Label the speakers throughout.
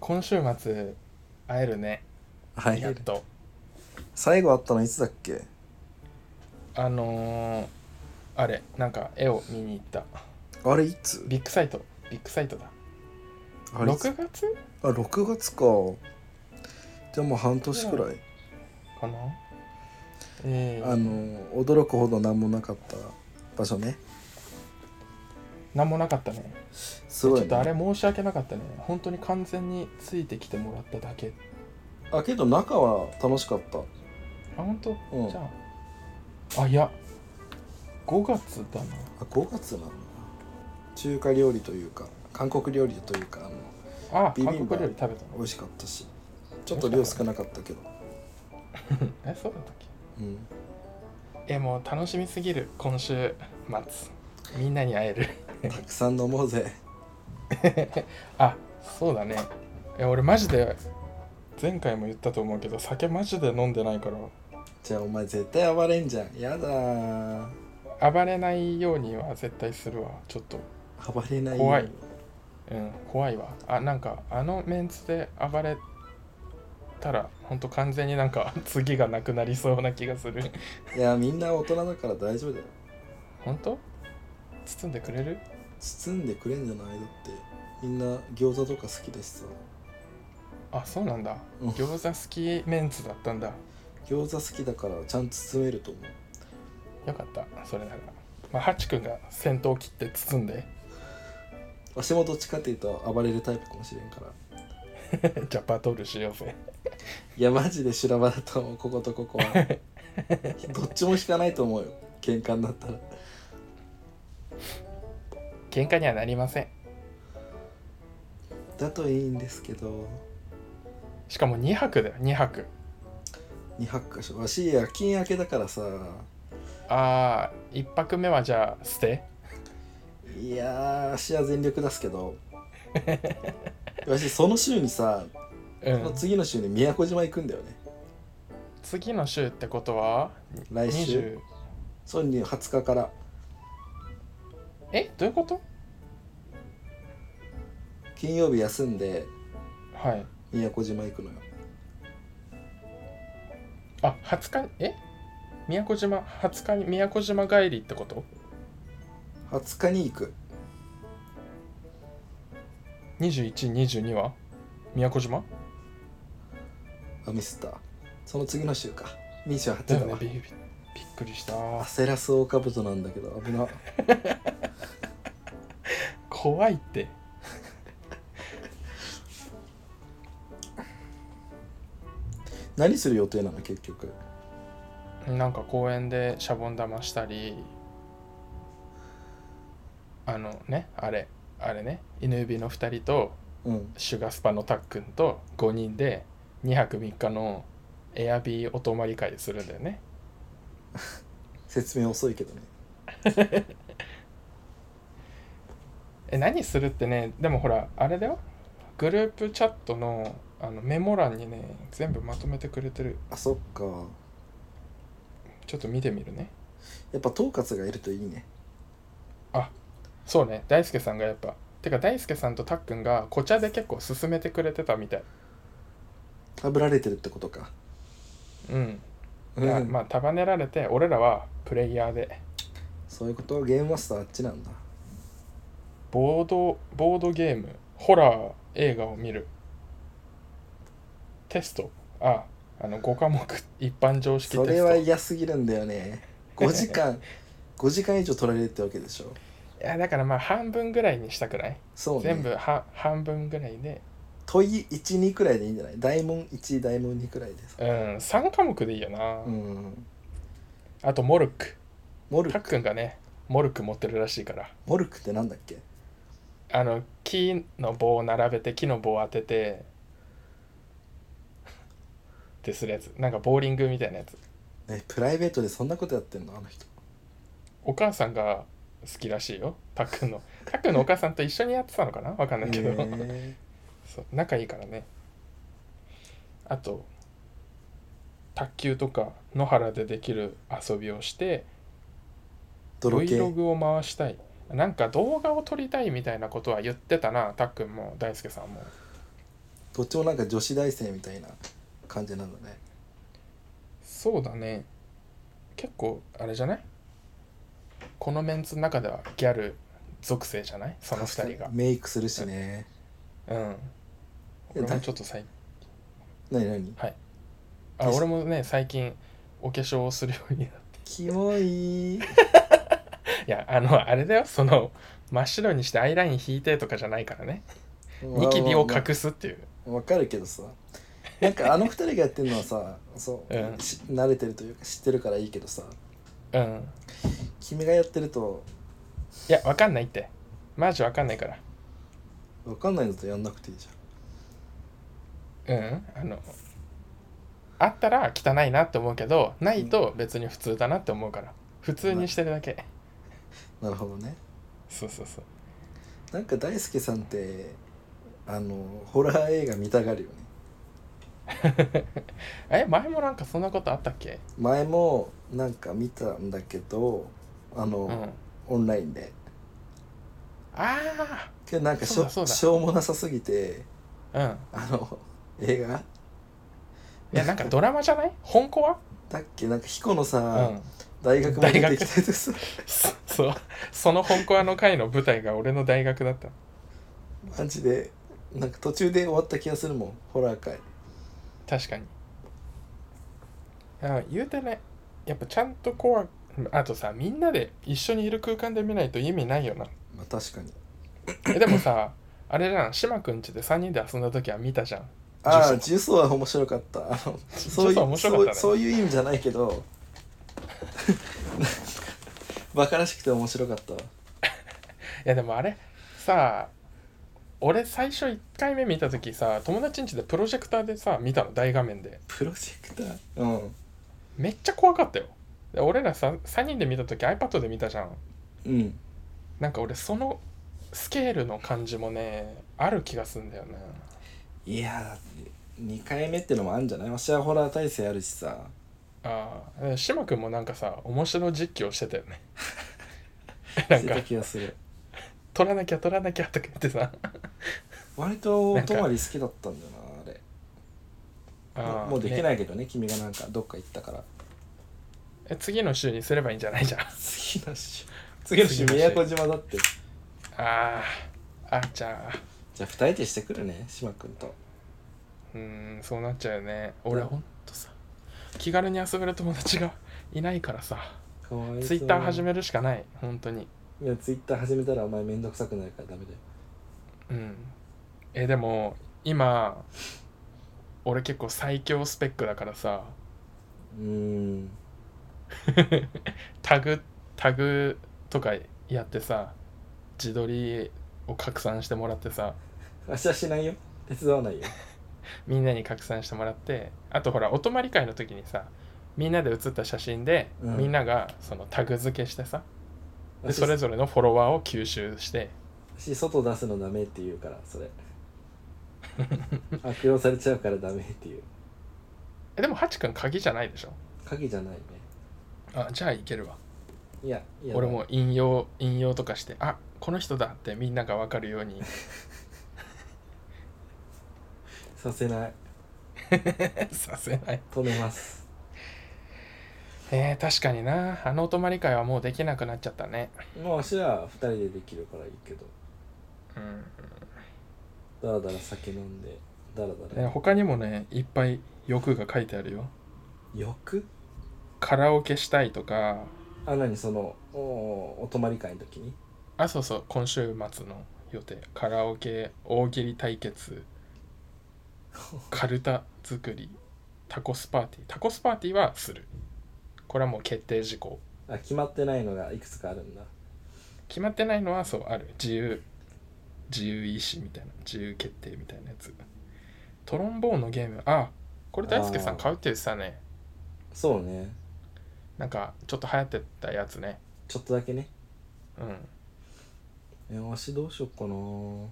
Speaker 1: 今週末会えるね
Speaker 2: はい
Speaker 1: やっと
Speaker 2: 最後あったのいつだっけ
Speaker 1: あのー、あれなんか絵を見に行った
Speaker 2: あれいつ
Speaker 1: ビッグサイトビッグサイトだ
Speaker 2: あれいつ
Speaker 1: 6月
Speaker 2: あ6月かじゃあもう半年くらい、
Speaker 1: かなえー、
Speaker 2: あの驚くほど何もなかった場所ね
Speaker 1: なんもなかったね
Speaker 2: すごい、
Speaker 1: ちょっとあ
Speaker 2: ね、
Speaker 1: れ申し訳なかったね本当に完全についてきてもらっただけ
Speaker 2: あけど中は楽しかった
Speaker 1: あ本当、
Speaker 2: うん
Speaker 1: じゃああいや5月だな
Speaker 2: あ5月なんだ中華料理というか韓国料理というかあの
Speaker 1: あ
Speaker 2: ビビン
Speaker 1: 韓
Speaker 2: バ
Speaker 1: 国料理食べた
Speaker 2: 美味しかったしちょっと量少なかったけど、
Speaker 1: のえそうだったっ
Speaker 2: うん、
Speaker 1: けえもう楽しみすぎる今週末みんなに会える
Speaker 2: たくさん飲もうぜ
Speaker 1: あそうだねえ俺マジで前回も言ったと思うけど酒マジで飲んでないから
Speaker 2: じゃあお前絶対暴れんじゃんやだー
Speaker 1: 暴れないようには絶対するわちょっと
Speaker 2: 暴れないよ
Speaker 1: 怖いうん怖いわあなんかあのメンツで暴れたらほんと完全になんか 次がなくなりそうな気がする
Speaker 2: いやみんな大人だから大丈夫だよ
Speaker 1: 本当包んでくれる
Speaker 2: 包んでくれんじゃないだってみんな餃子とか好きだしさ
Speaker 1: あそうなんだ
Speaker 2: うん
Speaker 1: 餃子好きメンツだったんだ
Speaker 2: 餃子好きだからちゃんと包めると思う
Speaker 1: よかったそれならまあハチ君が先頭を切って包んで
Speaker 2: 足元地下っていうと暴れるタイプかもしれんから
Speaker 1: じゃあバトルしようぜ
Speaker 2: いやマジで修羅場だと思うこことここは どっちも引かないと思うよ喧嘩になったら
Speaker 1: 喧嘩にはなりません
Speaker 2: だといいんですけど
Speaker 1: しかも2泊だよ2泊
Speaker 2: 2泊か所わし夜勤明けだからさ
Speaker 1: あー1泊目はじゃあ捨て
Speaker 2: いやー足は全力出すけどわしその週にさ、
Speaker 1: う
Speaker 2: その
Speaker 1: ん
Speaker 2: 次の週に宮古島行くんだよね
Speaker 1: 次の週ってことは
Speaker 2: 来週
Speaker 1: 20
Speaker 2: そうに20日から
Speaker 1: えどういうこと
Speaker 2: 金曜日休んで
Speaker 1: はい
Speaker 2: 宮古島行くのよ
Speaker 1: あ20日にえ宮古島20日に宮古島帰りってこと
Speaker 2: 20日に行く
Speaker 1: ?2122 は宮古島
Speaker 2: あミスったその次の週か28
Speaker 1: だ
Speaker 2: だ
Speaker 1: よ
Speaker 2: わ
Speaker 1: ねびびびっくりした
Speaker 2: 焦らす大かぶとなんだけど危な
Speaker 1: 怖いって
Speaker 2: 何する予定なの結局
Speaker 1: なんか公園でシャボン玉したりあのねあれあれね犬指の2人と
Speaker 2: うん
Speaker 1: シュガスパのたっくんと5人で2泊3日のエアビーお泊まり会するんだよね
Speaker 2: 説明遅いけどね
Speaker 1: え何するってねでもほらあれだよグループチャットのあのメモ欄にね全部まとめてくれてる
Speaker 2: あそっか
Speaker 1: ちょっと見てみるね
Speaker 2: やっぱ統括がいるといいね
Speaker 1: そうね大輔さんがやっぱてか大輔さんとたっくんが紅茶で結構勧めてくれてたみたい
Speaker 2: 食べられてるってことか
Speaker 1: うん
Speaker 2: う
Speaker 1: いや
Speaker 2: ん
Speaker 1: まあ束ねられて俺らはプレイヤーで
Speaker 2: そういうことゲームマスターあっちなんだ
Speaker 1: ボードボードゲームホラー映画を見るテストああの5科目一般常識テ
Speaker 2: それは
Speaker 1: スト
Speaker 2: 嫌すぎるんだよね5時 間5時間以上取られるってわけでしょ
Speaker 1: いやだからまあ半分ぐらいにしたくない
Speaker 2: そうね
Speaker 1: 全部は半分ぐらいで
Speaker 2: 問い12くらいでいいんじゃない大問1大問2くらいでさ
Speaker 1: うん3科目でいいよな、
Speaker 2: うん
Speaker 1: あとモルック
Speaker 2: モル
Speaker 1: たっくんがねモルック持ってるらしいから
Speaker 2: モルクってなんだっけ
Speaker 1: あの木の棒を並べて木の棒を当ててってするやつなんかボーリングみたいなやつ
Speaker 2: ねプライベートでそんなことやってんのあの人
Speaker 1: お母さんが好きらしいよたっくんのたっくんのお母さんと一緒にやってたのかなわかんないけど、
Speaker 2: へ
Speaker 1: そう仲いいからねあと卓球とか野原でできる遊びをして
Speaker 2: ー泥系
Speaker 1: Vlog を回したいなんか動画を撮りたいみたいなことは言ってたなたっくんも大輔さんも
Speaker 2: どっちもなんか女子大生みたいな感じなんだね
Speaker 1: そうだね結構あれじゃないこのメンツの中ではギャル属性じゃないその2人
Speaker 2: 確か
Speaker 1: が
Speaker 2: にメイクするしね
Speaker 1: うん
Speaker 2: いや
Speaker 1: 俺も
Speaker 2: だ
Speaker 1: ちょっと最
Speaker 2: 何何
Speaker 1: あ俺もね最近お化粧をするようになっ
Speaker 2: キモ い
Speaker 1: ていやあのあれだよその真っ白にしてアイライン引いてとかじゃないからねニキビを隠すっていう
Speaker 2: わかるけどさなんかあの二人がやってるのはさそう、
Speaker 1: うん
Speaker 2: し慣れてるというか知ってるからいいけどさ
Speaker 1: うん
Speaker 2: 君がやってると
Speaker 1: いやわかんないってマジわかんないから
Speaker 2: わかんないのとやんなくていいじ
Speaker 1: うんあのあったら汚いなって思うけどないと別に普通だなって思うから普通にしてるだけ
Speaker 2: ゃんなるほどね
Speaker 1: そうそうそう
Speaker 2: なんか大輔さんってあのホラー映画見たがるよね
Speaker 1: え前もなんかそんなことあったっけ
Speaker 2: 前もなんか見たんだけどあ
Speaker 1: うん
Speaker 2: の、
Speaker 1: あ
Speaker 2: オンラインで
Speaker 1: あ
Speaker 2: けどなんかし
Speaker 1: そう
Speaker 2: ょ
Speaker 1: だそうだ
Speaker 2: しょうもなさすぎて
Speaker 1: ーうん
Speaker 2: あの 映画
Speaker 1: いやなんかドラマじゃない本コは
Speaker 2: だっけなんか彦の
Speaker 1: う
Speaker 2: さ、
Speaker 1: ん
Speaker 2: 大学も出てきたりとかさ
Speaker 1: そそうその本コアの会の舞台が俺の大学だった
Speaker 2: マジでなんか途中で終わった気がするもんホラー界
Speaker 1: 確かにあ言うてねやっぱちゃんとコアあとさみんなで一緒にいる空間で見ないと意味ないよな
Speaker 2: まあ確かに
Speaker 1: えでもさあれじゃん島くんちで3人で遊んだ時は見たじゃん
Speaker 2: ああ
Speaker 1: 呪詛
Speaker 2: 呪詛は面白かったあのそう
Speaker 1: 呪
Speaker 2: い
Speaker 1: 詛
Speaker 2: う
Speaker 1: 面白かった
Speaker 2: そ
Speaker 1: ね
Speaker 2: うそういう意味じゃないけど なんかバカらしくて面白かったわ
Speaker 1: いやでもあれさ俺最初1回目見た時さ友達んちでプロジェクターでさ見たの大画面で
Speaker 2: プロジェクターうん
Speaker 1: めっちゃ怖かったよで俺らさ3人で見た時 iPad で見たじゃん
Speaker 2: うん
Speaker 1: なんか俺そのスケールの感じもねある気がすんだよね
Speaker 2: いや2回目ってのもあるんじゃないわしはホラー体制あるしさ
Speaker 1: ああ島くんもなんかさ面白実況してたよ ね なん
Speaker 2: してた
Speaker 1: か
Speaker 2: 気がする
Speaker 1: 撮らなきゃ撮らなきゃとか言ってさ
Speaker 2: 割とお
Speaker 1: なんか
Speaker 2: 泊まり好きだったんだよなあれ
Speaker 1: ああ
Speaker 2: もうでき
Speaker 1: ね
Speaker 2: ないけどね君がなんかどっか行ったから
Speaker 1: え次の週にすればいいんじゃないじゃんあ
Speaker 2: 次の週次の週宮古島だって
Speaker 1: ああじゃあ
Speaker 2: じゃあ二人でしてくるね島君と
Speaker 1: うーんそうなっちゃうよね俺ほんとさ気軽に遊べる友達がいないからさ
Speaker 2: かわいそう
Speaker 1: ツイッター始
Speaker 2: め
Speaker 1: めるしかない本当に
Speaker 2: いやツイッター始めたらお前めんどくさくなるからダメだよ
Speaker 1: うんえでも今俺結構最強スペックだからさ
Speaker 2: うーん
Speaker 1: タグタグとかやってさ自撮りを拡散してもらってさ
Speaker 2: わしはしないよ手伝 わないよ
Speaker 1: みんなに拡散してもらってあとほらお泊まり会の時にさみんなで写った写真で、
Speaker 2: うん
Speaker 1: みんながそのタグ付けしてさで
Speaker 2: わし
Speaker 1: それぞれのフォロワーを吸収して
Speaker 2: わし外出すのダメって言うからそ れ悪用されちゃうからダメっていう
Speaker 1: えでもハチ君鍵じゃないでしょ
Speaker 2: 鍵じゃないね
Speaker 1: あじゃあいけるわ
Speaker 2: いやいや
Speaker 1: 俺も引用引用とかしてあこの人だってみんなが分かるように
Speaker 2: させない
Speaker 1: させない
Speaker 2: 止め ます
Speaker 1: えー、確かになあのお泊まり会はもうできなくなっちゃったね
Speaker 2: まあわしは二人でできるからいいけど
Speaker 1: うん
Speaker 2: だらだら酒飲んでだらだ
Speaker 1: え
Speaker 2: ら
Speaker 1: 他にもねいっぱい欲が書いてあるよ
Speaker 2: 欲
Speaker 1: カラオケしたいとか
Speaker 2: あなにそのおお泊まり会の時に
Speaker 1: あそうそう今週末の予定カラオケ大喜利対決カルタ作りタコスパーティータコスパーティーはするこれはもう決定事項
Speaker 2: あ決まってないのがいくつかあるんだ
Speaker 1: 決まってないのはそうある自由自由意志みたいな自由決定みたいなやつトロンボーンのゲームあこれ大輔さ
Speaker 2: あ
Speaker 1: ん
Speaker 2: ー
Speaker 1: 買うって言ってたね
Speaker 2: そうね
Speaker 1: なんかちょっと流行ってたやつね
Speaker 2: ちょっとだけね
Speaker 1: うん
Speaker 2: えわしどうしよっかな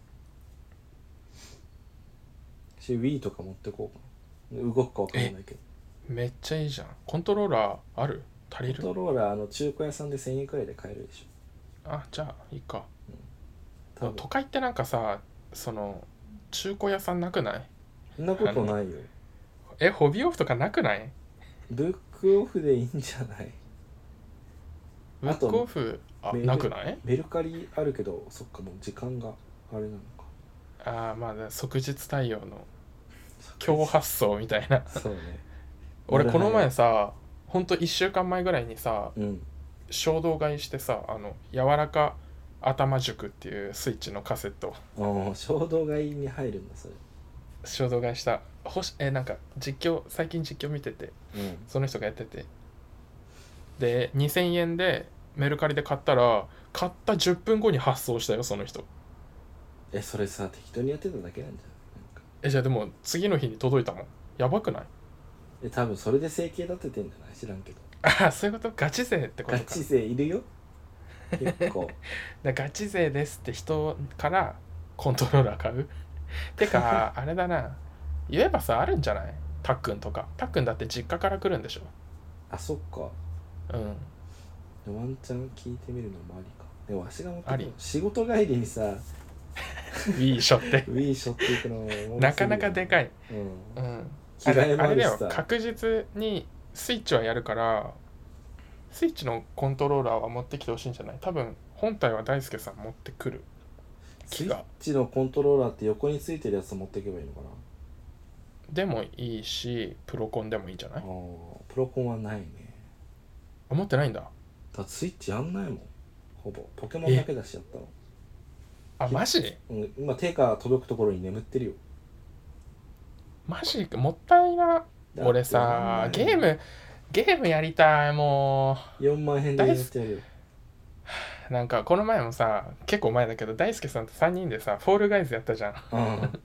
Speaker 2: し Wii とか持ってこうかな動くかわかんないけど
Speaker 1: めっちゃいいじゃんコントローラーある足り
Speaker 2: コント
Speaker 1: る
Speaker 2: ローラーあの中古屋さんで1000円くらいで買えるでし
Speaker 1: あじゃあいいか
Speaker 2: ょ多分
Speaker 1: 都会ってなんかさその中古屋さんなくない
Speaker 2: そんなことないよ
Speaker 1: えホビーオフとかなくない
Speaker 2: ブックオフでいいんじゃない
Speaker 1: ブックオフあ
Speaker 2: メール
Speaker 1: なくない
Speaker 2: メルカリあるけどそっかもう時間があれなのか
Speaker 1: ああまあ即日対応の強発送みたいな
Speaker 2: そうね
Speaker 1: 俺この前さほんと1週間前ぐらいにさ
Speaker 2: うん
Speaker 1: 衝動買いしてさあの柔らか頭塾っていうスイッチのカセット
Speaker 2: ああ衝動買いに入るんだそれ
Speaker 1: 衝動買いしたほしえなんか実況最近実況見てて
Speaker 2: うん
Speaker 1: その人がやっててで2000円でメルカリで買ったら買った10分後に発送したよその人
Speaker 2: えそれさ適当にやってただけなんじゃんなんか
Speaker 1: えじゃあでも次の日に届いたもんやばくない
Speaker 2: え多分それで生計立ててんじゃない知らんけど
Speaker 1: ああそういうことガチ勢ってこと
Speaker 2: ガ
Speaker 1: か
Speaker 2: チ勢いる よ結構
Speaker 1: だガチ勢ですって人からコントローラー買う てか あれだな言えばさあるんじゃないたっくんとかたっくんだって実家から来るんでしょ
Speaker 2: あそっか
Speaker 1: うん
Speaker 2: ワンチャン聞いてみるのもありかでもわしが持って
Speaker 1: あ
Speaker 2: く
Speaker 1: り
Speaker 2: の仕事帰りにさ
Speaker 1: いいショっ て
Speaker 2: ウィーショっていくのももう
Speaker 1: なかなかでかい、
Speaker 2: すぐうん
Speaker 1: うん、
Speaker 2: 着
Speaker 1: あ
Speaker 2: 替え
Speaker 1: れ
Speaker 2: も
Speaker 1: あ
Speaker 2: あ
Speaker 1: れ
Speaker 2: る
Speaker 1: だ
Speaker 2: し
Speaker 1: よ
Speaker 2: さ
Speaker 1: 確実にスイッチはやるからスイッチのコントローラーは持ってきてほしいんじゃない多分本体は大輔さん持ってくる
Speaker 2: ス
Speaker 1: 気
Speaker 2: イ
Speaker 1: が
Speaker 2: ッチのコントローラーって横についてるやつ持っていけばいいのかな
Speaker 1: でもいいしプロコンでもいいんじゃな
Speaker 2: あ
Speaker 1: い
Speaker 2: ープロコンはないね
Speaker 1: あ持ってないんだ
Speaker 2: だってスイッチやんないもんほぼポケモンだけ出しちゃったの
Speaker 1: あマジ
Speaker 2: うん、今手が届くところに眠ってるよ
Speaker 1: マジもったいな
Speaker 2: だって
Speaker 1: 俺さゲームゲームやりたいも
Speaker 2: 4万円でやってやるよ
Speaker 1: うなんかこの前もさ結構前だけど大輔さんと3人でさフォールガイズやったじゃん
Speaker 2: うん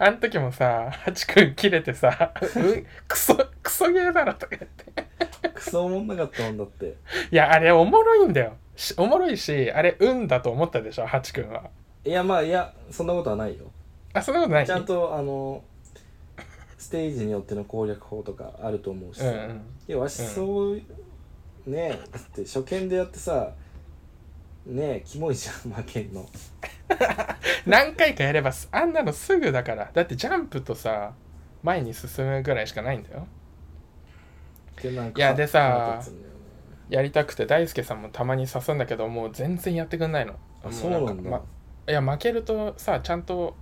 Speaker 1: あん時もさハチ君切れてさ「うん クソクソゲーだろ」とか言って
Speaker 2: クソおもんなかったもんだって
Speaker 1: いやあれおもろいんだよしおもろいしあれ運だと思ったでしょハチ君はい
Speaker 2: やまあいやそんなことはないよ
Speaker 1: あそんなことない
Speaker 2: ちゃんとあのステージによっての攻略法とかあると思う
Speaker 1: う
Speaker 2: し
Speaker 1: ん
Speaker 2: さ、
Speaker 1: うん
Speaker 2: いやわしそう、ねえだって初見でやってさねえキモいじゃん負けんの
Speaker 1: 何回かやればすあんなのすぐだからだってジャンプとさ前に進むぐらいしかないんだよ
Speaker 2: でなんか
Speaker 1: いやでさ
Speaker 2: 腹立つんだよね
Speaker 1: やりたくて大輔さんもたまに誘うんだけどもう全然やってくんないの
Speaker 2: あ
Speaker 1: も
Speaker 2: そうなんだ、
Speaker 1: かまいや負けるとさちゃんと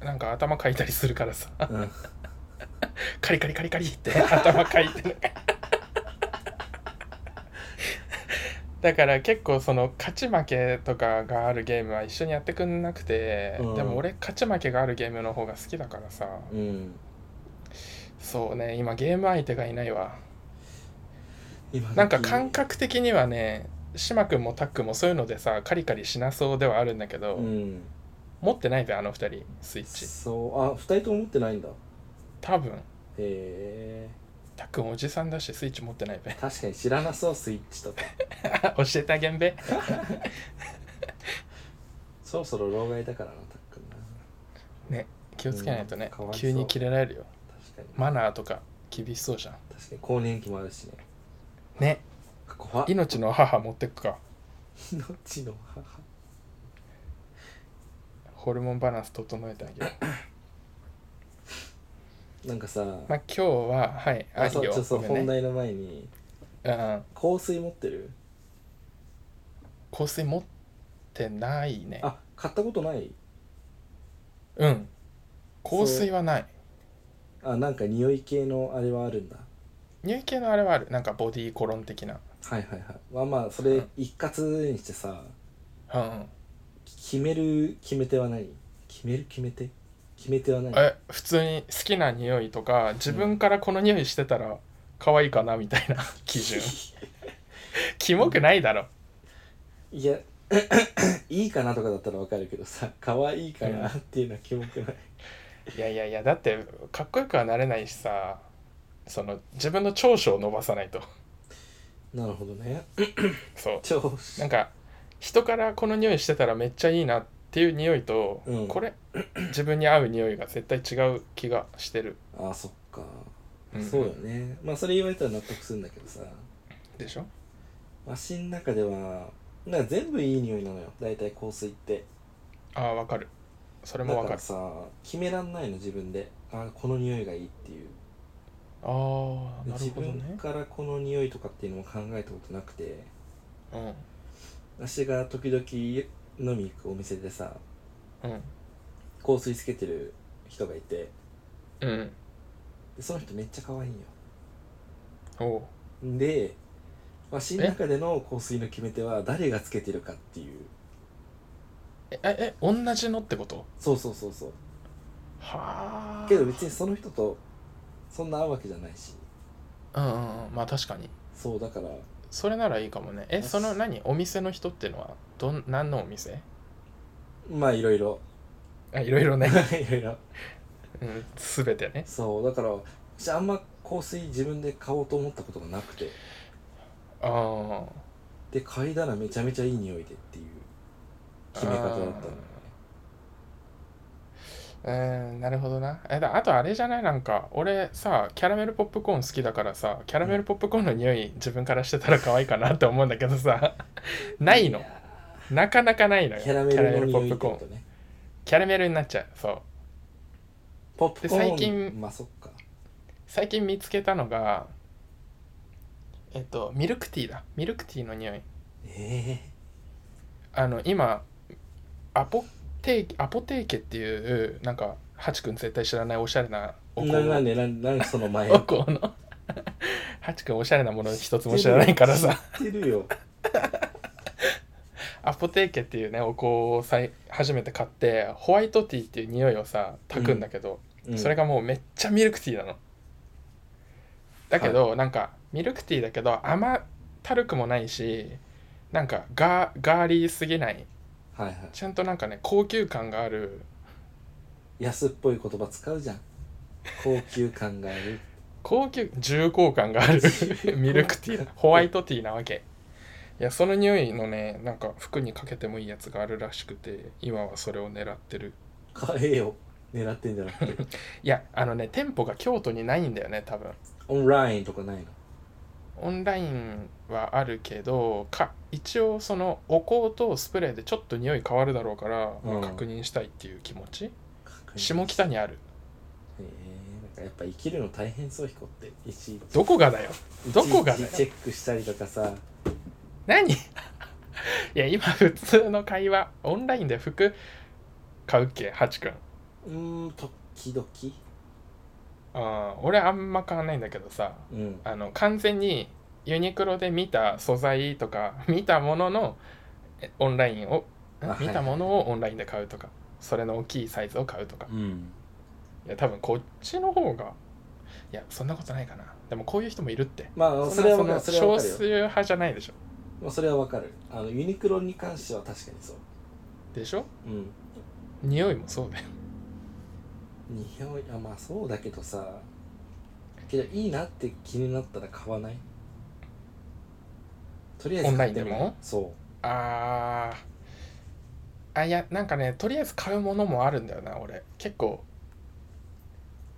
Speaker 1: なんか頭かいたりするからさ
Speaker 2: うん
Speaker 1: カリカリカリカリ って頭かいてるだから結構その勝ち負けとかがあるゲームは一緒にやってくんなくて、
Speaker 2: うん
Speaker 1: でも俺勝ち負けがあるゲームの方が好きだからさ、
Speaker 2: うん
Speaker 1: そうね今ゲーム相手がいないわ
Speaker 2: 今
Speaker 1: なんか感覚的にはね島君もタックもそういうのでさカリカリしなそうではあるんだけど、
Speaker 2: うん
Speaker 1: 持ってないべあの二人スイッチ
Speaker 2: そうあ二人とも持ってないんだへ
Speaker 1: 多分
Speaker 2: え
Speaker 1: タックンおじさんだしスイッチ持ってないべ
Speaker 2: 確かに知らなそうスイッチとか
Speaker 1: 教えてあげんべ
Speaker 2: そろそろ老害だからなたっくんな
Speaker 1: 気をつけないとね
Speaker 2: うんかわいそう
Speaker 1: 急にキレられるよ
Speaker 2: 確かに
Speaker 1: マナーとか厳しそうじゃん
Speaker 2: 確かに更年期もあるしね
Speaker 1: ね
Speaker 2: 怖っ
Speaker 1: 命の母持ってくか
Speaker 2: 命の母
Speaker 1: ホルモンバランス整えてあげる
Speaker 2: なんかさ、
Speaker 1: まあ今日ははい
Speaker 2: あ、そう
Speaker 1: いい
Speaker 2: ちょ
Speaker 1: よ
Speaker 2: そう、
Speaker 1: ごめ
Speaker 2: 本
Speaker 1: んね
Speaker 2: 題の前に
Speaker 1: うん
Speaker 2: 香水持ってる
Speaker 1: 香水持ってないね
Speaker 2: あ買ったことない
Speaker 1: うん香水はない
Speaker 2: あなんか匂い系のあれはあるんだ
Speaker 1: 乳系のあれはあるなんかボディコロン的な
Speaker 2: はいはいはいまあまあそれ一括にしてさ
Speaker 1: うんうん
Speaker 2: 決める決め手は何決める決め手決め手は何
Speaker 1: え普通に好きな匂いとか自分からこの匂いしてたら可愛いかなみたいな 基準キモくないだろ
Speaker 2: いや いいかなとかだったらわかるけどさ可愛いかなっていうのはキモくない、
Speaker 1: いやいやいやだってかっこよくはなれないしさその自分の長所を伸ばさないと
Speaker 2: なるほどね
Speaker 1: そ
Speaker 2: 超
Speaker 1: うなんか人からこの匂いしてたらめっちゃいいなっていう匂いと、
Speaker 2: うん
Speaker 1: これ自分に合う匂いが絶対違う気がしてる、
Speaker 2: あそっか、
Speaker 1: ん
Speaker 2: そうよねまあそれ言われたら納得するんだけどさ
Speaker 1: でしょ
Speaker 2: わしの中ではなんか全部いい匂いなのよ大体香水って
Speaker 1: ああわかるそれ
Speaker 2: だ
Speaker 1: もわ
Speaker 2: か
Speaker 1: からる
Speaker 2: さ決めらんないの自分であこの匂いがいいっていう
Speaker 1: ああ
Speaker 2: で
Speaker 1: なる
Speaker 2: 自
Speaker 1: ほど
Speaker 2: 分
Speaker 1: ね
Speaker 2: からこの匂いとかっていうのも考えたことなくて
Speaker 1: うん
Speaker 2: 私が時々飲み行くお店でさ
Speaker 1: うん
Speaker 2: 香水つけてる人がいて
Speaker 1: うん
Speaker 2: でその人めっちゃ可愛いんよ
Speaker 1: おう
Speaker 2: で私の中での香水の決め手は誰がつけてるかっていう
Speaker 1: えええ同じのってこと
Speaker 2: そうそうそうそう
Speaker 1: はあ
Speaker 2: けど別にその人とそんな合うわけじゃないし
Speaker 1: うんうんうんまあ確かに
Speaker 2: そうだから
Speaker 1: それならいいかもねえ
Speaker 2: よし
Speaker 1: その何お店の人っていうのはどん何のお店
Speaker 2: まあいろいろ
Speaker 1: あいろいろね、
Speaker 2: いろいろ
Speaker 1: うん、全てね
Speaker 2: そうだから私あんま香水自分で買おうと思ったことがなくて
Speaker 1: ああ
Speaker 2: で嗅いだらめちゃめちゃいい匂いでっていう決め方だったのよね
Speaker 1: うーんなるほどなえだあとあれじゃないなんか俺さキャラメルポップコーン好きだからさキャラメルポップコーンの匂い自分からしてたら可愛いかなって思うんだけどさ ないの
Speaker 2: や
Speaker 1: なかなかないの
Speaker 2: ー
Speaker 1: よ
Speaker 2: キャラメルの
Speaker 1: ポ
Speaker 2: 匂
Speaker 1: ッ
Speaker 2: いって
Speaker 1: プコ
Speaker 2: こ
Speaker 1: ー
Speaker 2: と
Speaker 1: ン
Speaker 2: ね
Speaker 1: キャラメルになっちゃうそう
Speaker 2: ポップコーン
Speaker 1: で最近
Speaker 2: まあそっか
Speaker 1: 最近見つけたのがえっとミルクティーだミルクティーの匂い
Speaker 2: え
Speaker 1: あの今アポテーアポテーケっていうなんかハチ君絶対知らないおしゃれな
Speaker 2: え
Speaker 1: お
Speaker 2: ななん
Speaker 1: 香
Speaker 2: でなんなんでその前
Speaker 1: お香の ハチ君おしゃれなもの一つも知らないから さ
Speaker 2: 知ってるよ
Speaker 1: アポテーケっていうねお香をさい初めて買ってホワイトティーっていう匂いをさ炊くんだけど、
Speaker 2: うん
Speaker 1: それがもうめっちゃミルクティーなのだけど、なんかミルクティーだけど甘たるくもないしなんかガーガーリーすぎない
Speaker 2: はいはい
Speaker 1: ちゃんとなんかね高級感がある
Speaker 2: 安っぽい言葉使うじゃん高級感がある
Speaker 1: 高級重厚感があるミルクティーホワイトティーなわけいやその匂いのねなんか服にかけてもいいやつがあるらしくて今はそれを狙ってる
Speaker 2: 買えよ狙ってんじゃ なくて
Speaker 1: いやあのね店舗が京都にないんだよね多分
Speaker 2: オンラインとかないの
Speaker 1: オンラインはあるけどか一応そのお香とスプレーでちょっと匂い変わるだろうから、まあ
Speaker 2: うん
Speaker 1: 確認したいっていう気持ち
Speaker 2: 確認
Speaker 1: 下北にある
Speaker 2: へえなんかやっぱ生きるの大変そう彦っていちいち
Speaker 1: どこがだよどこが
Speaker 2: いち
Speaker 1: だ
Speaker 2: い
Speaker 1: よ
Speaker 2: ちチェックしたりとかさ
Speaker 1: 何 いや今普通の会話オンラインで服買うっけハチ君
Speaker 2: うーん時々
Speaker 1: あー俺あんま買わないんだけどさ
Speaker 2: うん
Speaker 1: あの完全にユニクロで見た素材とか見たもののえオンラインをん
Speaker 2: あはい
Speaker 1: 見たものをオンラインで買うとかそれの大きいサイズを買うとか
Speaker 2: うん
Speaker 1: いや多分こっちの方がいやそんなことないかなでもこういう人もいるって
Speaker 2: まあ
Speaker 1: んな
Speaker 2: それは分かる
Speaker 1: そ
Speaker 2: それ
Speaker 1: の
Speaker 2: は分
Speaker 1: 少
Speaker 2: かる
Speaker 1: 数
Speaker 2: よ
Speaker 1: 派じゃないでしょ
Speaker 2: まあそれは分かるあのユニクロに関しては確かにそう
Speaker 1: でしょ
Speaker 2: うん
Speaker 1: 匂いもそうだよ
Speaker 2: 匂いあまあそうだけどさけどいいなって気になったら買わないとりあえず買ってみる
Speaker 1: オンラインでも
Speaker 2: そ
Speaker 1: あーあいやなんかねとりあえず買うものもあるんだよな俺結構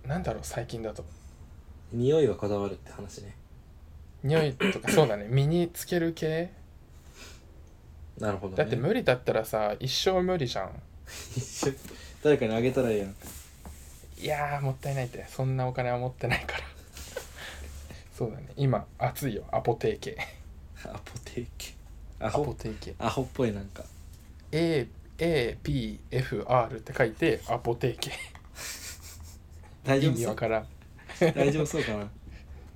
Speaker 1: なんだろう最近だと
Speaker 2: う匂いはこだわるって話ね
Speaker 1: 匂いとかそう だね身につける系
Speaker 2: なるほどね
Speaker 1: だって無理だったらさ一生無理じゃん
Speaker 2: 一緒 誰かにあげたらいいやん
Speaker 1: いやーもったいないってそんなお金は持ってないから そうだね今熱いよアポテーケ
Speaker 2: アポテーキア
Speaker 1: アポ
Speaker 2: ホ
Speaker 1: テーケ
Speaker 2: アホっぽいなんか
Speaker 1: APFR って書いてアポテーケ
Speaker 2: 大
Speaker 1: 意
Speaker 2: 丈夫
Speaker 1: 味
Speaker 2: そ
Speaker 1: わ
Speaker 2: う
Speaker 1: からん
Speaker 2: 大丈夫そうかな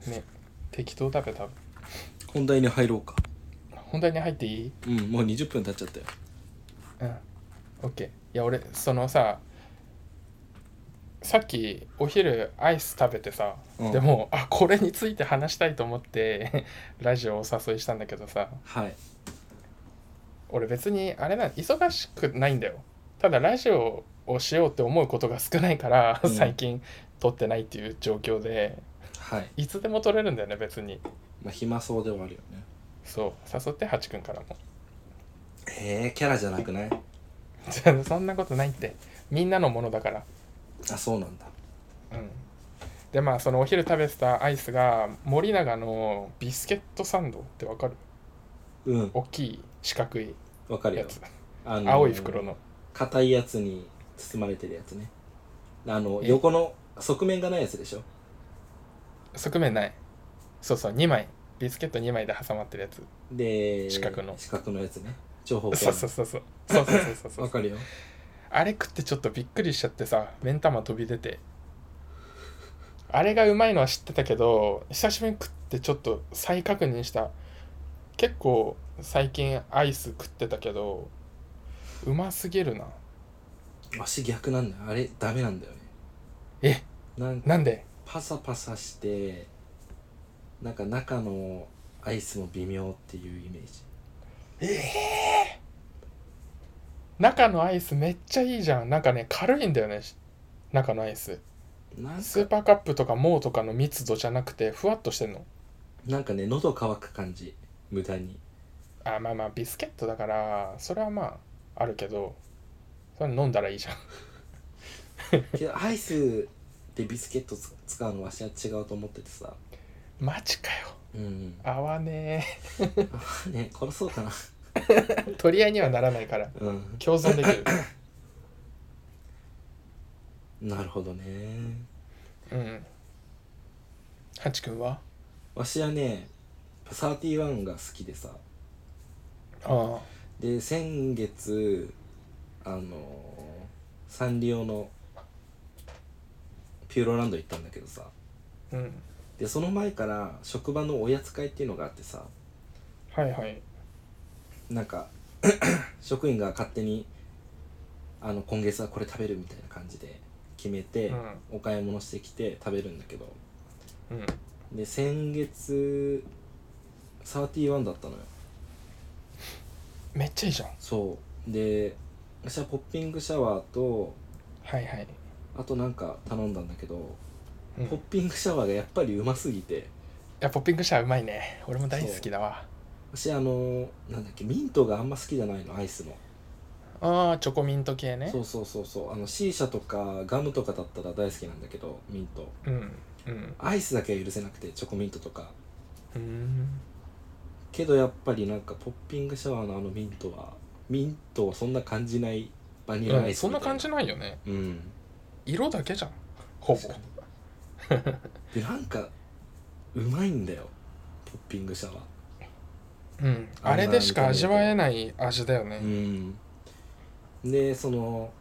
Speaker 1: ね適当だべ多分
Speaker 2: 本題に入ろうか
Speaker 1: 本題に入っていい
Speaker 2: うんもう20分経っちゃったよ
Speaker 1: うん OK いや俺そのささっきお昼アイス食べてさ、
Speaker 2: うん
Speaker 1: でもあこれについて話したいと思って ラジオをお誘いしたんだけどさ
Speaker 2: はい
Speaker 1: 俺別にあれな忙しくないんだよただラジオをしようって思うことが少ないから、
Speaker 2: うん
Speaker 1: 最近撮ってないっていう状況で
Speaker 2: はい
Speaker 1: いつでも撮れるんだよね別に
Speaker 2: まあ暇そうではあるよね
Speaker 1: そう誘ってハチ君からも
Speaker 2: えー、キャラじゃなくない
Speaker 1: そんなことないってみんなのものだから
Speaker 2: あそうなんだ
Speaker 1: うんでまあそのお昼食べてたアイスが森永のビスケットサンドってわかる
Speaker 2: うん
Speaker 1: 大きい四角い
Speaker 2: わかる
Speaker 1: や
Speaker 2: よ
Speaker 1: つ
Speaker 2: あのー
Speaker 1: 青い袋の
Speaker 2: 硬いやつに包まれてるやつねあの
Speaker 1: え
Speaker 2: 横の側面がないやつでしょ
Speaker 1: 側面ないそうそう2枚ビスケット2枚で挟まってるやつ
Speaker 2: で
Speaker 1: 四角の
Speaker 2: 四角のやつね長方形
Speaker 1: そうそうそうそうそうそうそうそう
Speaker 2: わかるよ
Speaker 1: あれ食ってちょっとびっくりしちゃってさ目ん玉飛び出てあれがうまいのは知ってたけど久しぶりに食ってちょっと再確認した結構最近アイス食ってたけどうますぎるな
Speaker 2: 足逆なんだよあれダメなんだよね
Speaker 1: え
Speaker 2: なんか
Speaker 1: なんで
Speaker 2: パサパサしてなんか中のアイスも微妙っていうイメージ
Speaker 1: 中のアイスめっちゃいいじゃんなんかね軽いんだよねし中のアイス
Speaker 2: なん
Speaker 1: スー
Speaker 2: か
Speaker 1: パーカップとかモーとかの密度じゃなくてふわっとしてんの
Speaker 2: なんかね喉乾く感じ無駄に
Speaker 1: あまあまあビスケットだからそれはまああるけどそれ飲んだらいいじゃん
Speaker 2: けどアイスでビスケットつ使うのわしは違うと思っててさ
Speaker 1: マジかよ
Speaker 2: うん
Speaker 1: 合わね
Speaker 2: あね殺そうかな
Speaker 1: え取り合いにはならないから
Speaker 2: うん
Speaker 1: 共存できる
Speaker 2: なるほどね
Speaker 1: うんハチ君は
Speaker 2: わしはね31が好きでさ
Speaker 1: ああ
Speaker 2: で先月あのーサンリオのピューロランド行ったんだけどさ
Speaker 1: うん
Speaker 2: でその前から職場のおやつ会っていうのがあってさ
Speaker 1: はいはい
Speaker 2: なんか 職員が勝手にあの今月はこれ食べるみたいな感じで決めて、
Speaker 1: うん
Speaker 2: お買い物してきて食べるんだけど
Speaker 1: うん
Speaker 2: で先月31だったのよ
Speaker 1: めっちゃいいじゃん
Speaker 2: そうで私はポッピングシャワーと
Speaker 1: はいはい、
Speaker 2: あとなんか頼んだんだけど
Speaker 1: うん、い
Speaker 2: ポッピングシャワーがやっぱりうますぎて
Speaker 1: やポッピングシャワーうまいね俺も大好きだわ
Speaker 2: 私あのなんだっけミントがあんま好きじゃないのアイスの
Speaker 1: ああチョコミント系ね
Speaker 2: そうそうそうそうあの C 社とかガムとかだったら大好きなんだけどミント
Speaker 1: うんうん
Speaker 2: アイスだけは許せなくてチョコミントとか
Speaker 1: うーん
Speaker 2: けどやっぱりなんかポッピングシャワーのあのミントはミントをそんな感じないバニラア
Speaker 1: う
Speaker 2: イ
Speaker 1: ん
Speaker 2: ス
Speaker 1: そんな感じ
Speaker 2: な
Speaker 1: ないよね
Speaker 2: うん
Speaker 1: 色だけじゃんほぼ
Speaker 2: 確かにでなんかうまいんだよポッピングシャワ
Speaker 1: うんあれでしか味わえない味だよね
Speaker 2: ーうんでその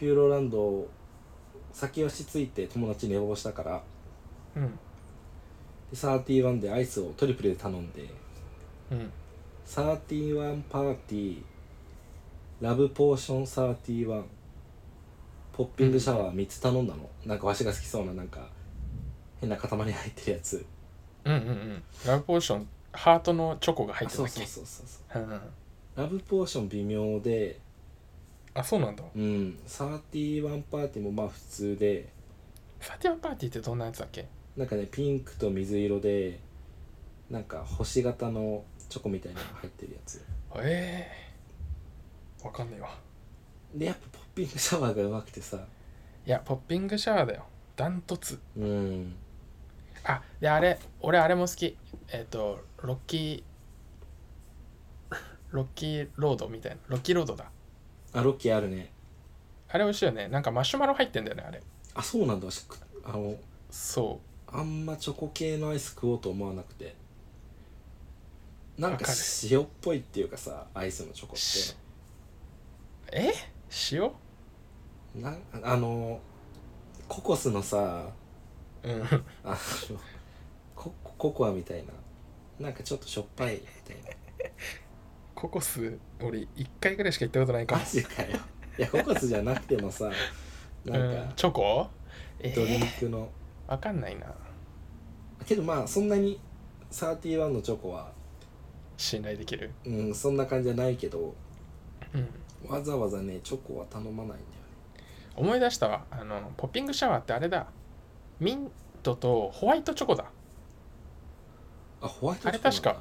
Speaker 2: ピューロランドを先押しついて友達に寝坊したから
Speaker 1: うん
Speaker 2: で31でアイスをトリプルで頼んで
Speaker 1: うん
Speaker 2: 31パーティーラブポーション31ポッピングシャワー3つ頼んだの、なんかわしが好きそうななんか変な塊に入ってるやつ
Speaker 1: うんうんうんラブポーションハートのチョコが入
Speaker 2: あ
Speaker 1: ってた
Speaker 2: そう
Speaker 1: っ
Speaker 2: そう
Speaker 1: け
Speaker 2: そうそうそう
Speaker 1: うんうん
Speaker 2: ラブポーション微妙で
Speaker 1: あそうなんだ
Speaker 2: うん31パーティーもまあ普通で
Speaker 1: サティワンパーティーってどんなやつだっけ
Speaker 2: なんかねピンクと水色でなんか星型のチョコみたいなのが入ってるやつ
Speaker 1: ええわかんないわ
Speaker 2: でやっぱポッピングシャワーがうまくてさ
Speaker 1: いやポッピングシャワーだよダントツ
Speaker 2: うん
Speaker 1: あであれ俺あれも好きえっ、とロッキーロッキーロードみたいなロッキーロードだ
Speaker 2: あロッキーあるね
Speaker 1: あれ美味しいよねなんかマシュマロ入ってんだよねあれ
Speaker 2: あそうなんだわしくあの
Speaker 1: そ
Speaker 2: あんまチョコ系のアイス食おうと思わなくてなん
Speaker 1: わ
Speaker 2: か
Speaker 1: かる
Speaker 2: 塩っぽいっていうかさアイスのチョコ
Speaker 1: うし
Speaker 2: っ
Speaker 1: え塩
Speaker 2: てなあのココスのさ
Speaker 1: うん
Speaker 2: あのコココアみたいななんかちょっとしょっぱいみたい
Speaker 1: ココス俺1回ぐらいしか行ったことないか
Speaker 2: な
Speaker 1: も
Speaker 2: マジかよいやココスじゃなくてもさなん
Speaker 1: うん
Speaker 2: か
Speaker 1: チョコえ
Speaker 2: ドリン
Speaker 1: ー、
Speaker 2: クの、
Speaker 1: わかんないな
Speaker 2: けどまあそんなに31のチョコは、
Speaker 1: 信頼できる
Speaker 2: うん、そんな感じじゃないけど
Speaker 1: うん
Speaker 2: わざわざねチョコは頼まないんだよね
Speaker 1: 思い出したわあのポッピングシャワーってあれだミントとホワイトチョコだ
Speaker 2: あホワイトチョコ
Speaker 1: あれ確か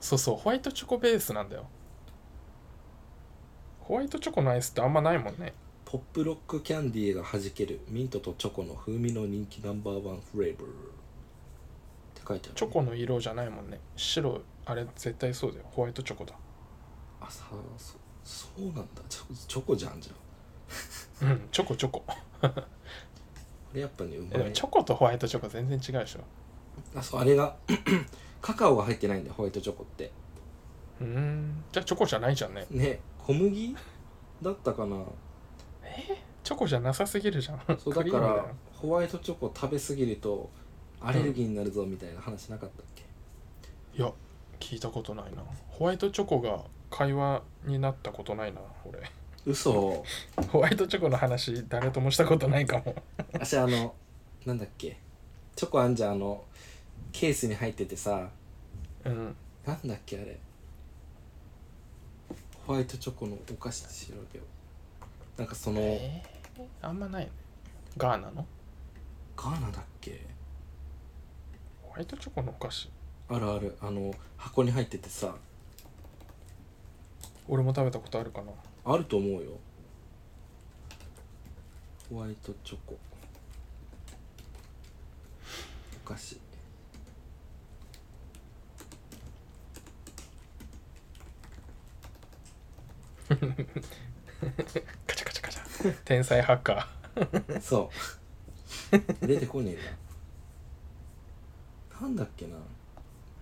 Speaker 1: そうそうホワイトチョコベースなんだよホワイトチョコのアイスってあんまないもんね
Speaker 2: ポップロックキャンディーがはじけるミントとチョコの風味の人気ナンバーワンフレーバーって書いてある、ね、
Speaker 1: チョコの色じゃないもんね白あれ絶対そうだよホワイトチョコだ
Speaker 2: あさそうそうなんだチョコチョコじゃんじゃん
Speaker 1: うんチョコチョコ
Speaker 2: れやっぱねう
Speaker 1: え
Speaker 2: ま
Speaker 1: でも
Speaker 2: い
Speaker 1: チョコとホワイトチョコ全然違うでしょ
Speaker 2: あそうあれが カカオが入ってないんだよホワイトチョコって
Speaker 1: うーんじゃあチョコじゃないじゃんね
Speaker 2: ね小麦だったかな
Speaker 1: チョコじゃなさすぎるじゃん
Speaker 2: そうだ
Speaker 1: クリ
Speaker 2: か
Speaker 1: ームだ
Speaker 2: ら
Speaker 1: よ
Speaker 2: ホワイトチョコ食べ過ぎるとアレルギーになるぞみたいな話なかったっけ、
Speaker 1: いや聞いたことないなホワイトチョコが会話になったことないな俺
Speaker 2: 嘘
Speaker 1: ホワイトチョコの話誰ともしたことないかも
Speaker 2: 私あのなんだっけチョコあんじゃんあのケースに入っててさ
Speaker 1: うん
Speaker 2: なんだっけあれホワイトチョコのお菓子調べようなんかその
Speaker 1: えーあんまないねガーナの
Speaker 2: ガーナだっけ
Speaker 1: ホワイトチョコのお菓子
Speaker 2: あるあるあの箱に入っててさ
Speaker 1: 俺も食べたことあるかな
Speaker 2: あると思うよホワイトチョコお菓子
Speaker 1: カチャカチャカチャ天才ハッカ
Speaker 2: そう 出てこねえななんだっけな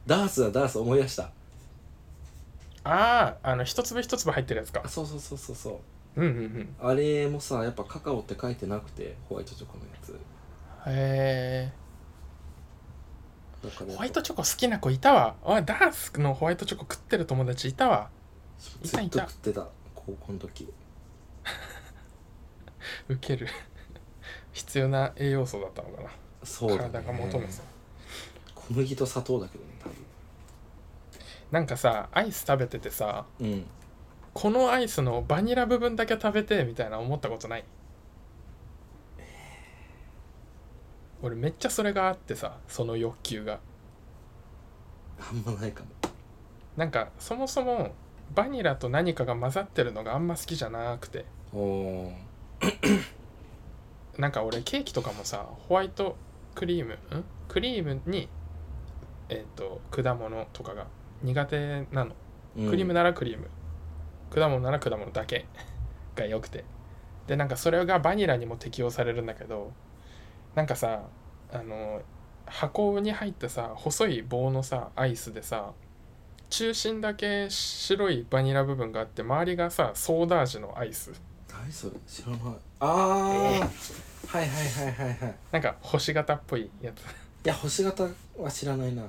Speaker 2: ダースだダース思い出した
Speaker 1: ーあああの一粒一粒入ってるやつか
Speaker 2: あそうそうそうそうそう
Speaker 1: うんうんうん
Speaker 2: あれもさやっぱカカオって書いてなくてホワイトチョコのやつ
Speaker 1: へえ
Speaker 2: だから
Speaker 1: ホワイトチョコ好きな子いたわあダースのホワイトチョコ食ってる友達いたわい
Speaker 2: ず
Speaker 1: た
Speaker 2: っ
Speaker 1: い
Speaker 2: と
Speaker 1: た
Speaker 2: 食ってた高校の時
Speaker 1: ウケる 必要な栄養素だったのかな
Speaker 2: そうだ、ね、
Speaker 1: 体が求めてた
Speaker 2: 小麦と砂糖だけどね
Speaker 1: なんかさアイス食べててさ
Speaker 2: 多分うん
Speaker 1: このアイスのバニラ部分だけ食べてみたいな思ったことない俺めっちゃそれがあってさその欲求が
Speaker 2: あんまないかも
Speaker 1: なんかそもそもバニラと何かが混ざってるのがあんま好きじゃなくて
Speaker 2: おー
Speaker 1: なんか俺ケーキとかもさホワイトクリームんクリームにえっ、と果物とかが苦手なの
Speaker 2: うん
Speaker 1: クリームならクリーム、果物なら果物だけ が良くてでなんかそれがバニラにも適用されるんだけどなんかさあの箱に入ってさ細い棒のさアイスでさ中心だけ白いバニラ部分があって周りがさソーダ味のアイス
Speaker 2: 何それ知らないああ、はいはいはいはいはいい
Speaker 1: なんか星型っぽいやつ
Speaker 2: や星型は知らないな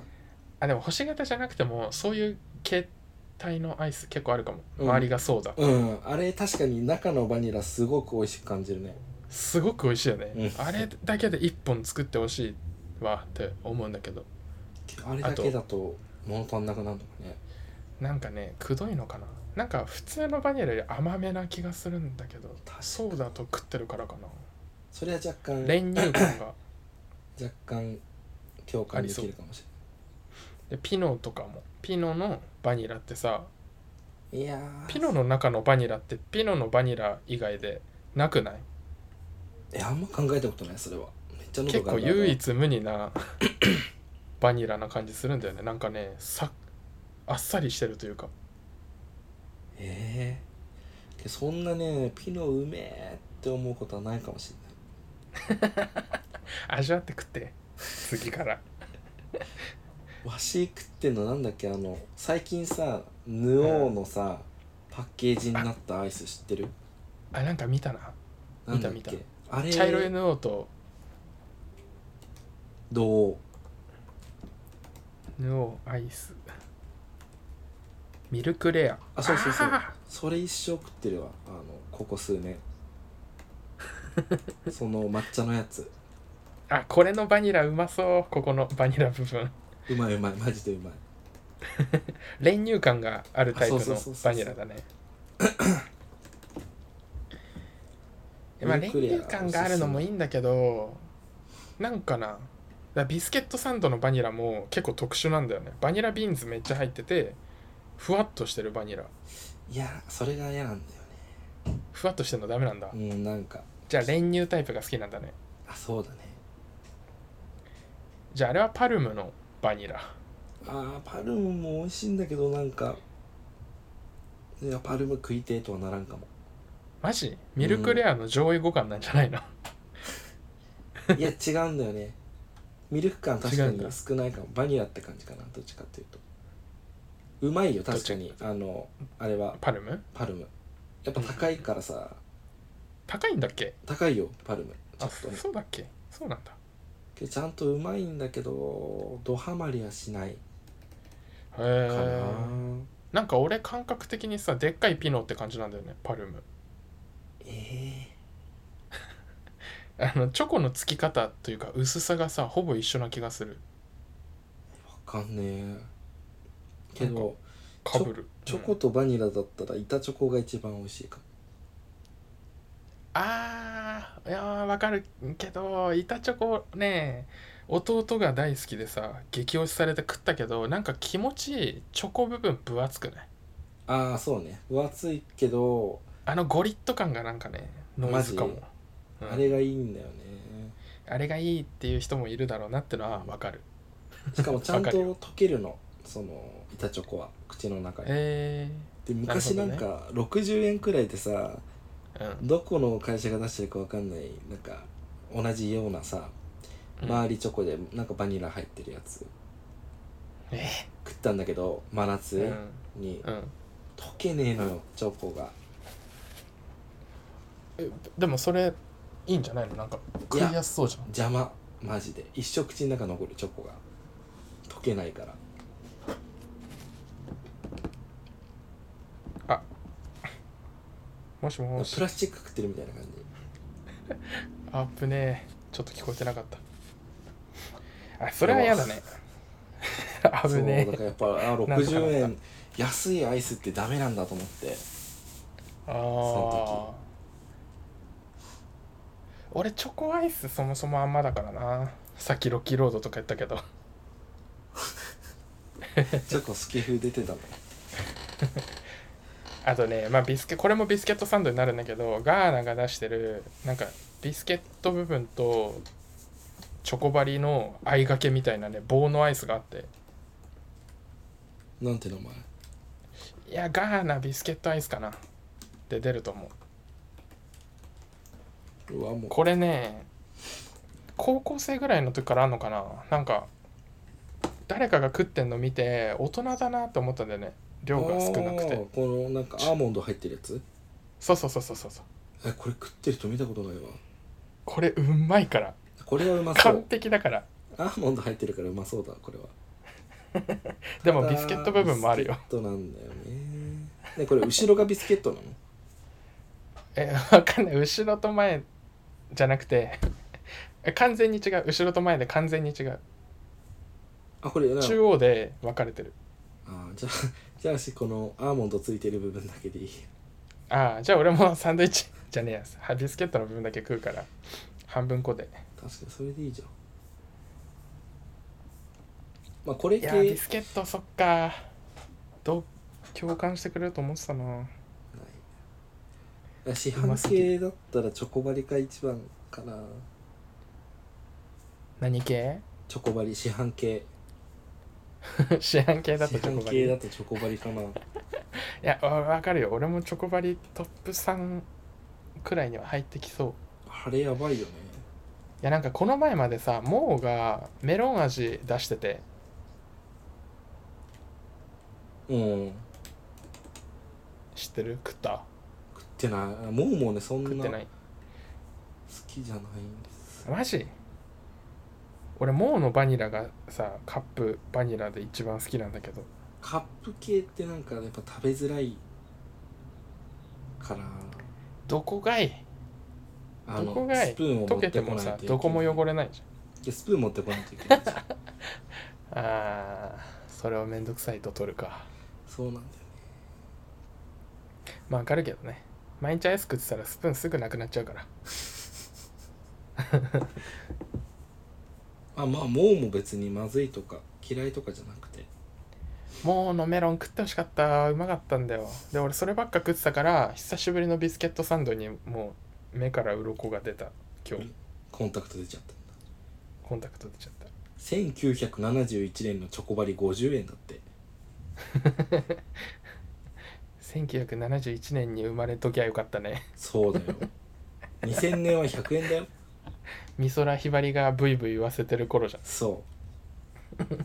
Speaker 1: あでも星型じゃなくてもそういう形態のアイス結構あるかも
Speaker 2: うん
Speaker 1: 周りがソーダ、
Speaker 2: うんあれ確かに中のバニラすごく美味しく感じるね
Speaker 1: すごく美味しいよね、
Speaker 2: うん
Speaker 1: あれだけで1本作ってほしいわって思うんだけど
Speaker 2: あれだけだと物足んなくなるのかね
Speaker 1: なんかねくどいのかななんか普通のバニラより甘めな気がするんだけど
Speaker 2: 確かに
Speaker 1: ソーダと食ってるからか
Speaker 2: それは若干
Speaker 1: な練乳感 が
Speaker 2: 若干共感できるかもし
Speaker 1: でピノとかもピノのバニラってさ
Speaker 2: れないいやー
Speaker 1: ピノの中のバニラってピノのバニラ以外でなくない
Speaker 2: えあんま考えたことないそれはめっちゃ喉
Speaker 1: 結
Speaker 2: が
Speaker 1: 構唯一無二な バニラな感じするんだよねなんかねさあっさりしてるというか
Speaker 2: ええー、そんなねピノうめえって思うことはないかもしれない
Speaker 1: 味わって食って次から
Speaker 2: わし食ってんのなんだっけあの最近さヌオーのさ、パッケージになったアイス知ってる
Speaker 1: あなんか見たな
Speaker 2: なんだっけ
Speaker 1: 見た見
Speaker 2: あれ
Speaker 1: 茶色い NO と
Speaker 2: どう
Speaker 1: ヌオアイスミルクレア
Speaker 2: あそうそうそう
Speaker 1: あ
Speaker 2: それ一生食ってるわあのここ数 年その抹茶のやつ
Speaker 1: ー あこれのバニラうまそうここのバニラ部分
Speaker 2: うまいうまいマジでうまい
Speaker 1: 練乳感があるタイプ
Speaker 2: あそう
Speaker 1: の
Speaker 2: そうそ
Speaker 1: バ
Speaker 2: うそうそう
Speaker 1: ニラだ ねえまあ
Speaker 2: ミ
Speaker 1: 練
Speaker 2: ルクレア
Speaker 1: 乳感があるのもいいんだけどなんかなだからビスケットサンドのバニラも結構特殊なんだよねバニラビーンズめっちゃ入っててふわっとしてるバニラ
Speaker 2: いやそれが嫌なんだよね
Speaker 1: ふわっとしてるのダメなんだ、
Speaker 2: うんなんか
Speaker 1: じゃあ練乳タイプが好きなんだね
Speaker 2: あそうだね
Speaker 1: じゃああれはパルムのバニラ
Speaker 2: あーパルムも美味しいんだけどなんかいやパルム食いてえとはならんかも
Speaker 1: マジミルクレアの上位互換なんじゃないの、
Speaker 2: いや違うんだよねミルク感確か
Speaker 1: 違うんだ
Speaker 2: に少ないかもバニラって感じかなどっちかっていうとうまいよ確かにあのあれは
Speaker 1: パルム
Speaker 2: パルムやっぱ高いからさ
Speaker 1: 高いんだっけ
Speaker 2: 高いよパルムちょ
Speaker 1: あ
Speaker 2: っとね
Speaker 1: そうだっけそうなんだ
Speaker 2: けどちゃんとうまいんだけどドハマりはしない
Speaker 1: へ
Speaker 2: かな、
Speaker 1: えなんか俺感覚的にさでっかいピノって感じなんだよねパルム
Speaker 2: え
Speaker 1: あのチョコの付き方というか薄さがさほぼ一緒な気がする
Speaker 2: ー、わかんねえけ
Speaker 1: なん
Speaker 2: ど
Speaker 1: かぶる
Speaker 2: チョ
Speaker 1: う
Speaker 2: コ
Speaker 1: ん
Speaker 2: とバニラだったら板チョコが一番美味しいかも
Speaker 1: あーいやーわかるけど板チョコね弟が大好きでさ激推しされて食ったけどなんか気持ちいいチョコ部分分厚くない
Speaker 2: ああそうね分厚いけど、
Speaker 1: あのゴリッと感がなんかねノイズかも
Speaker 2: マ、
Speaker 1: うん
Speaker 2: あれがいいんだよね
Speaker 1: あれがいいっていう人もいるだろうなってのはわかる
Speaker 2: しかもちゃんと
Speaker 1: わかる
Speaker 2: 溶けるのその板チョコは口の中に
Speaker 1: え
Speaker 2: で昔な
Speaker 1: なる
Speaker 2: ん
Speaker 1: ほど
Speaker 2: か60円くらいでさ
Speaker 1: ーうん
Speaker 2: どこの会社が出してるかわかんないなんか同じようなさ
Speaker 1: うん
Speaker 2: 周りチョコでなんかバニラ入ってるやつ
Speaker 1: え
Speaker 2: 食ったんだけど真
Speaker 1: う
Speaker 2: 夏
Speaker 1: ん
Speaker 2: に
Speaker 1: うん
Speaker 2: 溶けねえのよチョコが
Speaker 1: えでもそれいいんじゃないのなんか食いやすそうじゃん
Speaker 2: 邪魔マジで一生口の中残るチョコが溶けないから
Speaker 1: もしもし
Speaker 2: プラスチック食ってるみたいな感じ
Speaker 1: あっぶねえちょっと聞こえてなかったあそれは嫌だ ねあぶね
Speaker 2: そうだ
Speaker 1: え
Speaker 2: からやっぱ
Speaker 1: な
Speaker 2: あ
Speaker 1: んとかな
Speaker 2: 60
Speaker 1: った
Speaker 2: 円安いアイスってダメなんだと思って
Speaker 1: あ
Speaker 2: そ
Speaker 1: あ俺チョコアイスそもそもあんまだからなさっきロッキーロードとか言ったけど
Speaker 2: チョコ好き風出てたの
Speaker 1: あとね、まあ、ビスケこれもビスケットサンドになるんだけどガーナが出してるなんかビスケット部分とチョコバリの合いがけみたいなね棒のアイスがあって
Speaker 2: なんて名前
Speaker 1: いやガーナビスケットアイスかなって出ると思う
Speaker 2: うわもう
Speaker 1: これね高校生ぐらいの時からあんのかななんか誰かが食ってんの見て大人だなと思ったんだよね量が少なく
Speaker 2: あ
Speaker 1: て
Speaker 2: ーこのなんかアーモンド入ってるやつ
Speaker 1: そうそうそうそうそうそう
Speaker 2: えこれ食ってる人見たことないわ
Speaker 1: これうまいから
Speaker 2: これはうまそ
Speaker 1: 完
Speaker 2: う
Speaker 1: 璧だから
Speaker 2: アーモンド入ってるからうまそうだこれは
Speaker 1: でもビスケット部分もあるよ
Speaker 2: ビスケットなんだよねでこれ後ろがビスケットなの
Speaker 1: えわかんない後ろと前じゃなくてえ完全に違う後ろと前で完全に違う
Speaker 2: あこれなあ
Speaker 1: 中央で分かれてる
Speaker 2: ーじゃあ じゃあしこのアーモンドついてる部分だけでいい
Speaker 1: ああじゃあ俺もサンドイッチじゃねえやはビスケットの部分だけ食うから半分こで
Speaker 2: 確かにそれでいいじゃんまあこれ
Speaker 1: いやービ
Speaker 2: 系
Speaker 1: スケットそっかどう共感してくれると思ってたな
Speaker 2: 市
Speaker 1: うます
Speaker 2: 販
Speaker 1: ぎ
Speaker 2: 系だったらチョコバリが一番かな
Speaker 1: 何系
Speaker 2: チョコバリ市販系
Speaker 1: 市販系
Speaker 2: 市
Speaker 1: だとチョコ
Speaker 2: 販
Speaker 1: バ
Speaker 2: 系
Speaker 1: リ
Speaker 2: だ
Speaker 1: い
Speaker 2: とチョコバリかな
Speaker 1: やわわかるよ俺もチョコバリトップ3くらいには入ってきそう
Speaker 2: あれやばいよね
Speaker 1: いやなんかこの前までさモーがメロン味出してて
Speaker 2: うん
Speaker 1: 知ってる食った
Speaker 2: 食ってないもうもうねそんな
Speaker 1: 食ってな
Speaker 2: 好
Speaker 1: い
Speaker 2: きじゃないんです
Speaker 1: マジ俺モーのバニラがさカップバニラで一番好きなんだけど
Speaker 2: カップ系ってなんかやっぱ食べづらいから
Speaker 1: どこがい
Speaker 2: あ
Speaker 1: どこがい
Speaker 2: スプーンを持
Speaker 1: 溶
Speaker 2: っ
Speaker 1: け
Speaker 2: て
Speaker 1: て
Speaker 2: こ
Speaker 1: も
Speaker 2: ない
Speaker 1: さ
Speaker 2: とい
Speaker 1: どこも汚
Speaker 2: れ
Speaker 1: れないじ
Speaker 2: スプーン持ってこないといけないじゃん
Speaker 1: ゃんあーそれをめんどくさいと取るか
Speaker 2: そうなんだよね
Speaker 1: まあわかるけどね毎日アイス食ってたらスプーンすぐなくなっちゃうから
Speaker 2: あまあもうも別にまずいとか嫌いとかじゃなくて
Speaker 1: モーのメロン食ってほしかったうまかったんだよで俺そればっか食ってたから久しぶりのビスケットサンドにもう目から鱗が出た今日
Speaker 2: コンタクト出ちゃった
Speaker 1: コンタクト出ちゃった
Speaker 2: 1971年のチョコバリ50円だって
Speaker 1: 1971年に生まれときゃよかったね
Speaker 2: そうだ よ2000年は100円だよ
Speaker 1: 美空ひばりがブイブイ言わせてる頃じ
Speaker 2: そ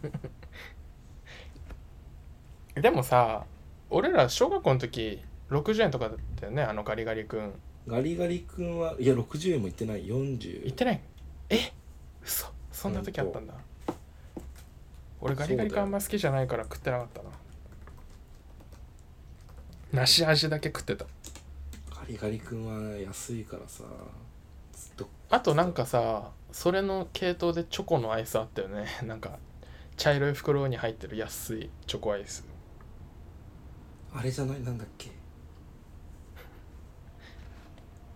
Speaker 1: ゃんでもさ俺ら小学校の時60円とかだったよねあのガリガリ君
Speaker 2: うガリガリ君はいや60円もいってない40
Speaker 1: 行ってないえ嘘そんな時あったんだ俺ガリガリ君あんま好きじゃないから食ってなかったな梨味だけ食ってた
Speaker 2: ガリガリ君は安いからさずっと
Speaker 1: あとなんかさそれの系統でチョコのアイスあったよね なんか茶色い袋に入ってる安いチョコアイス
Speaker 2: あれじゃないなんだっけ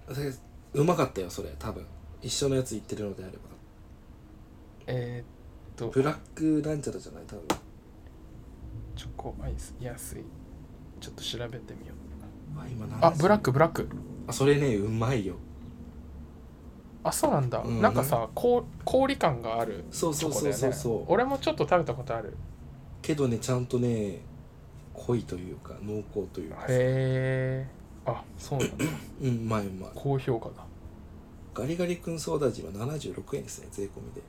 Speaker 2: それうまかったよそれ多分一緒のやつ言ってるのであれば
Speaker 1: えー、っと
Speaker 2: ブラックなんちゃらじゃない多分
Speaker 1: チョコアイス安いちょっと調べてみよう
Speaker 2: あ今何
Speaker 1: あブラックブラック
Speaker 2: あそれねうまいよ
Speaker 1: あそうなんだ、
Speaker 2: うん
Speaker 1: なんかさこう氷感がある
Speaker 2: そう
Speaker 1: チ
Speaker 2: そ
Speaker 1: ョ
Speaker 2: う
Speaker 1: コ
Speaker 2: そ
Speaker 1: だ
Speaker 2: う
Speaker 1: よ
Speaker 2: そう
Speaker 1: ね
Speaker 2: そう
Speaker 1: 俺もちょっと食べたことある
Speaker 2: けどねちゃんとね濃いというか濃厚というか
Speaker 1: へえあそうなん だ
Speaker 2: うんうまいうまい
Speaker 1: 高評価だ
Speaker 2: ガリガリ君ソーダ味は76円ですね税込みで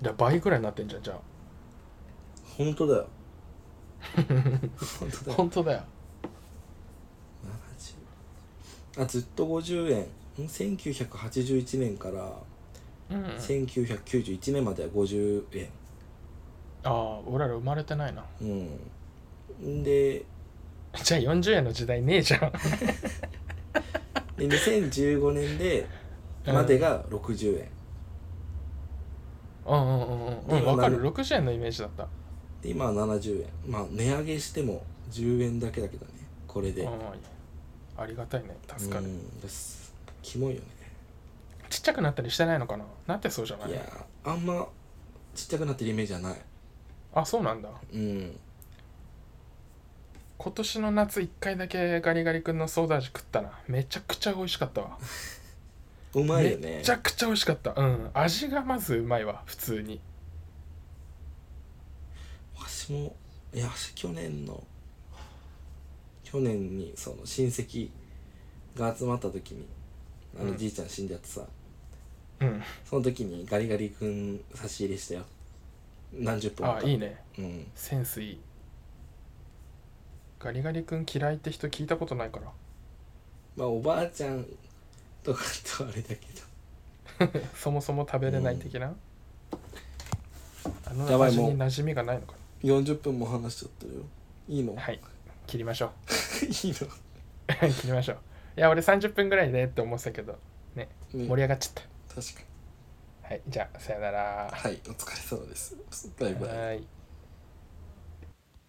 Speaker 1: じゃあ倍ぐらいになってんじゃんじゃ
Speaker 2: 本当 だよ本当
Speaker 1: あ
Speaker 2: だよ
Speaker 1: 本当だよ
Speaker 2: 70あずっと50円ん1981年から
Speaker 1: うん、うん、あ
Speaker 2: 1991年までは50円
Speaker 1: あ俺ら生まれてないな
Speaker 2: うんで
Speaker 1: じゃあ40円の時代ねえじゃん
Speaker 2: で2015年でまでが60円
Speaker 1: うんうんうんうんうんわかる60円のイメージだった
Speaker 2: で今は70円まあ値上げしても10円だけだけどねこれで
Speaker 1: うんありがたいね助かる、
Speaker 2: うんですキモいよね
Speaker 1: ちっちゃくなったりしてないのかななってそうじゃない
Speaker 2: いやーあんまちっちゃくなってるイメージはない
Speaker 1: あそうなんだ
Speaker 2: うん
Speaker 1: 今年の夏1回だけガリガリ君のソーダ味食ったなめちゃくちゃ美味しかったわ
Speaker 2: うまいよ
Speaker 1: め
Speaker 2: ね
Speaker 1: ちゃくちゃ美味しかったうん味がまずうまいわ普通に
Speaker 2: 私もいや私去年の去年にその親戚が集まった時にあ
Speaker 1: う
Speaker 2: の
Speaker 1: ん
Speaker 2: じいちゃん死んじゃってさ、
Speaker 1: うん
Speaker 2: その時にガリガリ君差し入れしたよ何十本
Speaker 1: あ
Speaker 2: か
Speaker 1: いいね
Speaker 2: うん
Speaker 1: センスいいガリガリ君嫌いって人聞いたことないから
Speaker 2: まあおばあちゃんとかとあれだけど
Speaker 1: そもそも食べれない的な、あ
Speaker 2: や
Speaker 1: の
Speaker 2: ばい
Speaker 1: 味
Speaker 2: もう
Speaker 1: に馴染みがないのか
Speaker 2: 40分も話しちゃってるよいいの、
Speaker 1: なはい切りましょう
Speaker 2: いい
Speaker 1: 切りましょう いや俺30分ぐらいでって思ってたけど
Speaker 2: の、ね、
Speaker 1: 盛り上がっちゃっ
Speaker 2: 確かに
Speaker 1: たはいじゃあさよなら
Speaker 2: はいお疲れ様ですバイバイ
Speaker 1: はい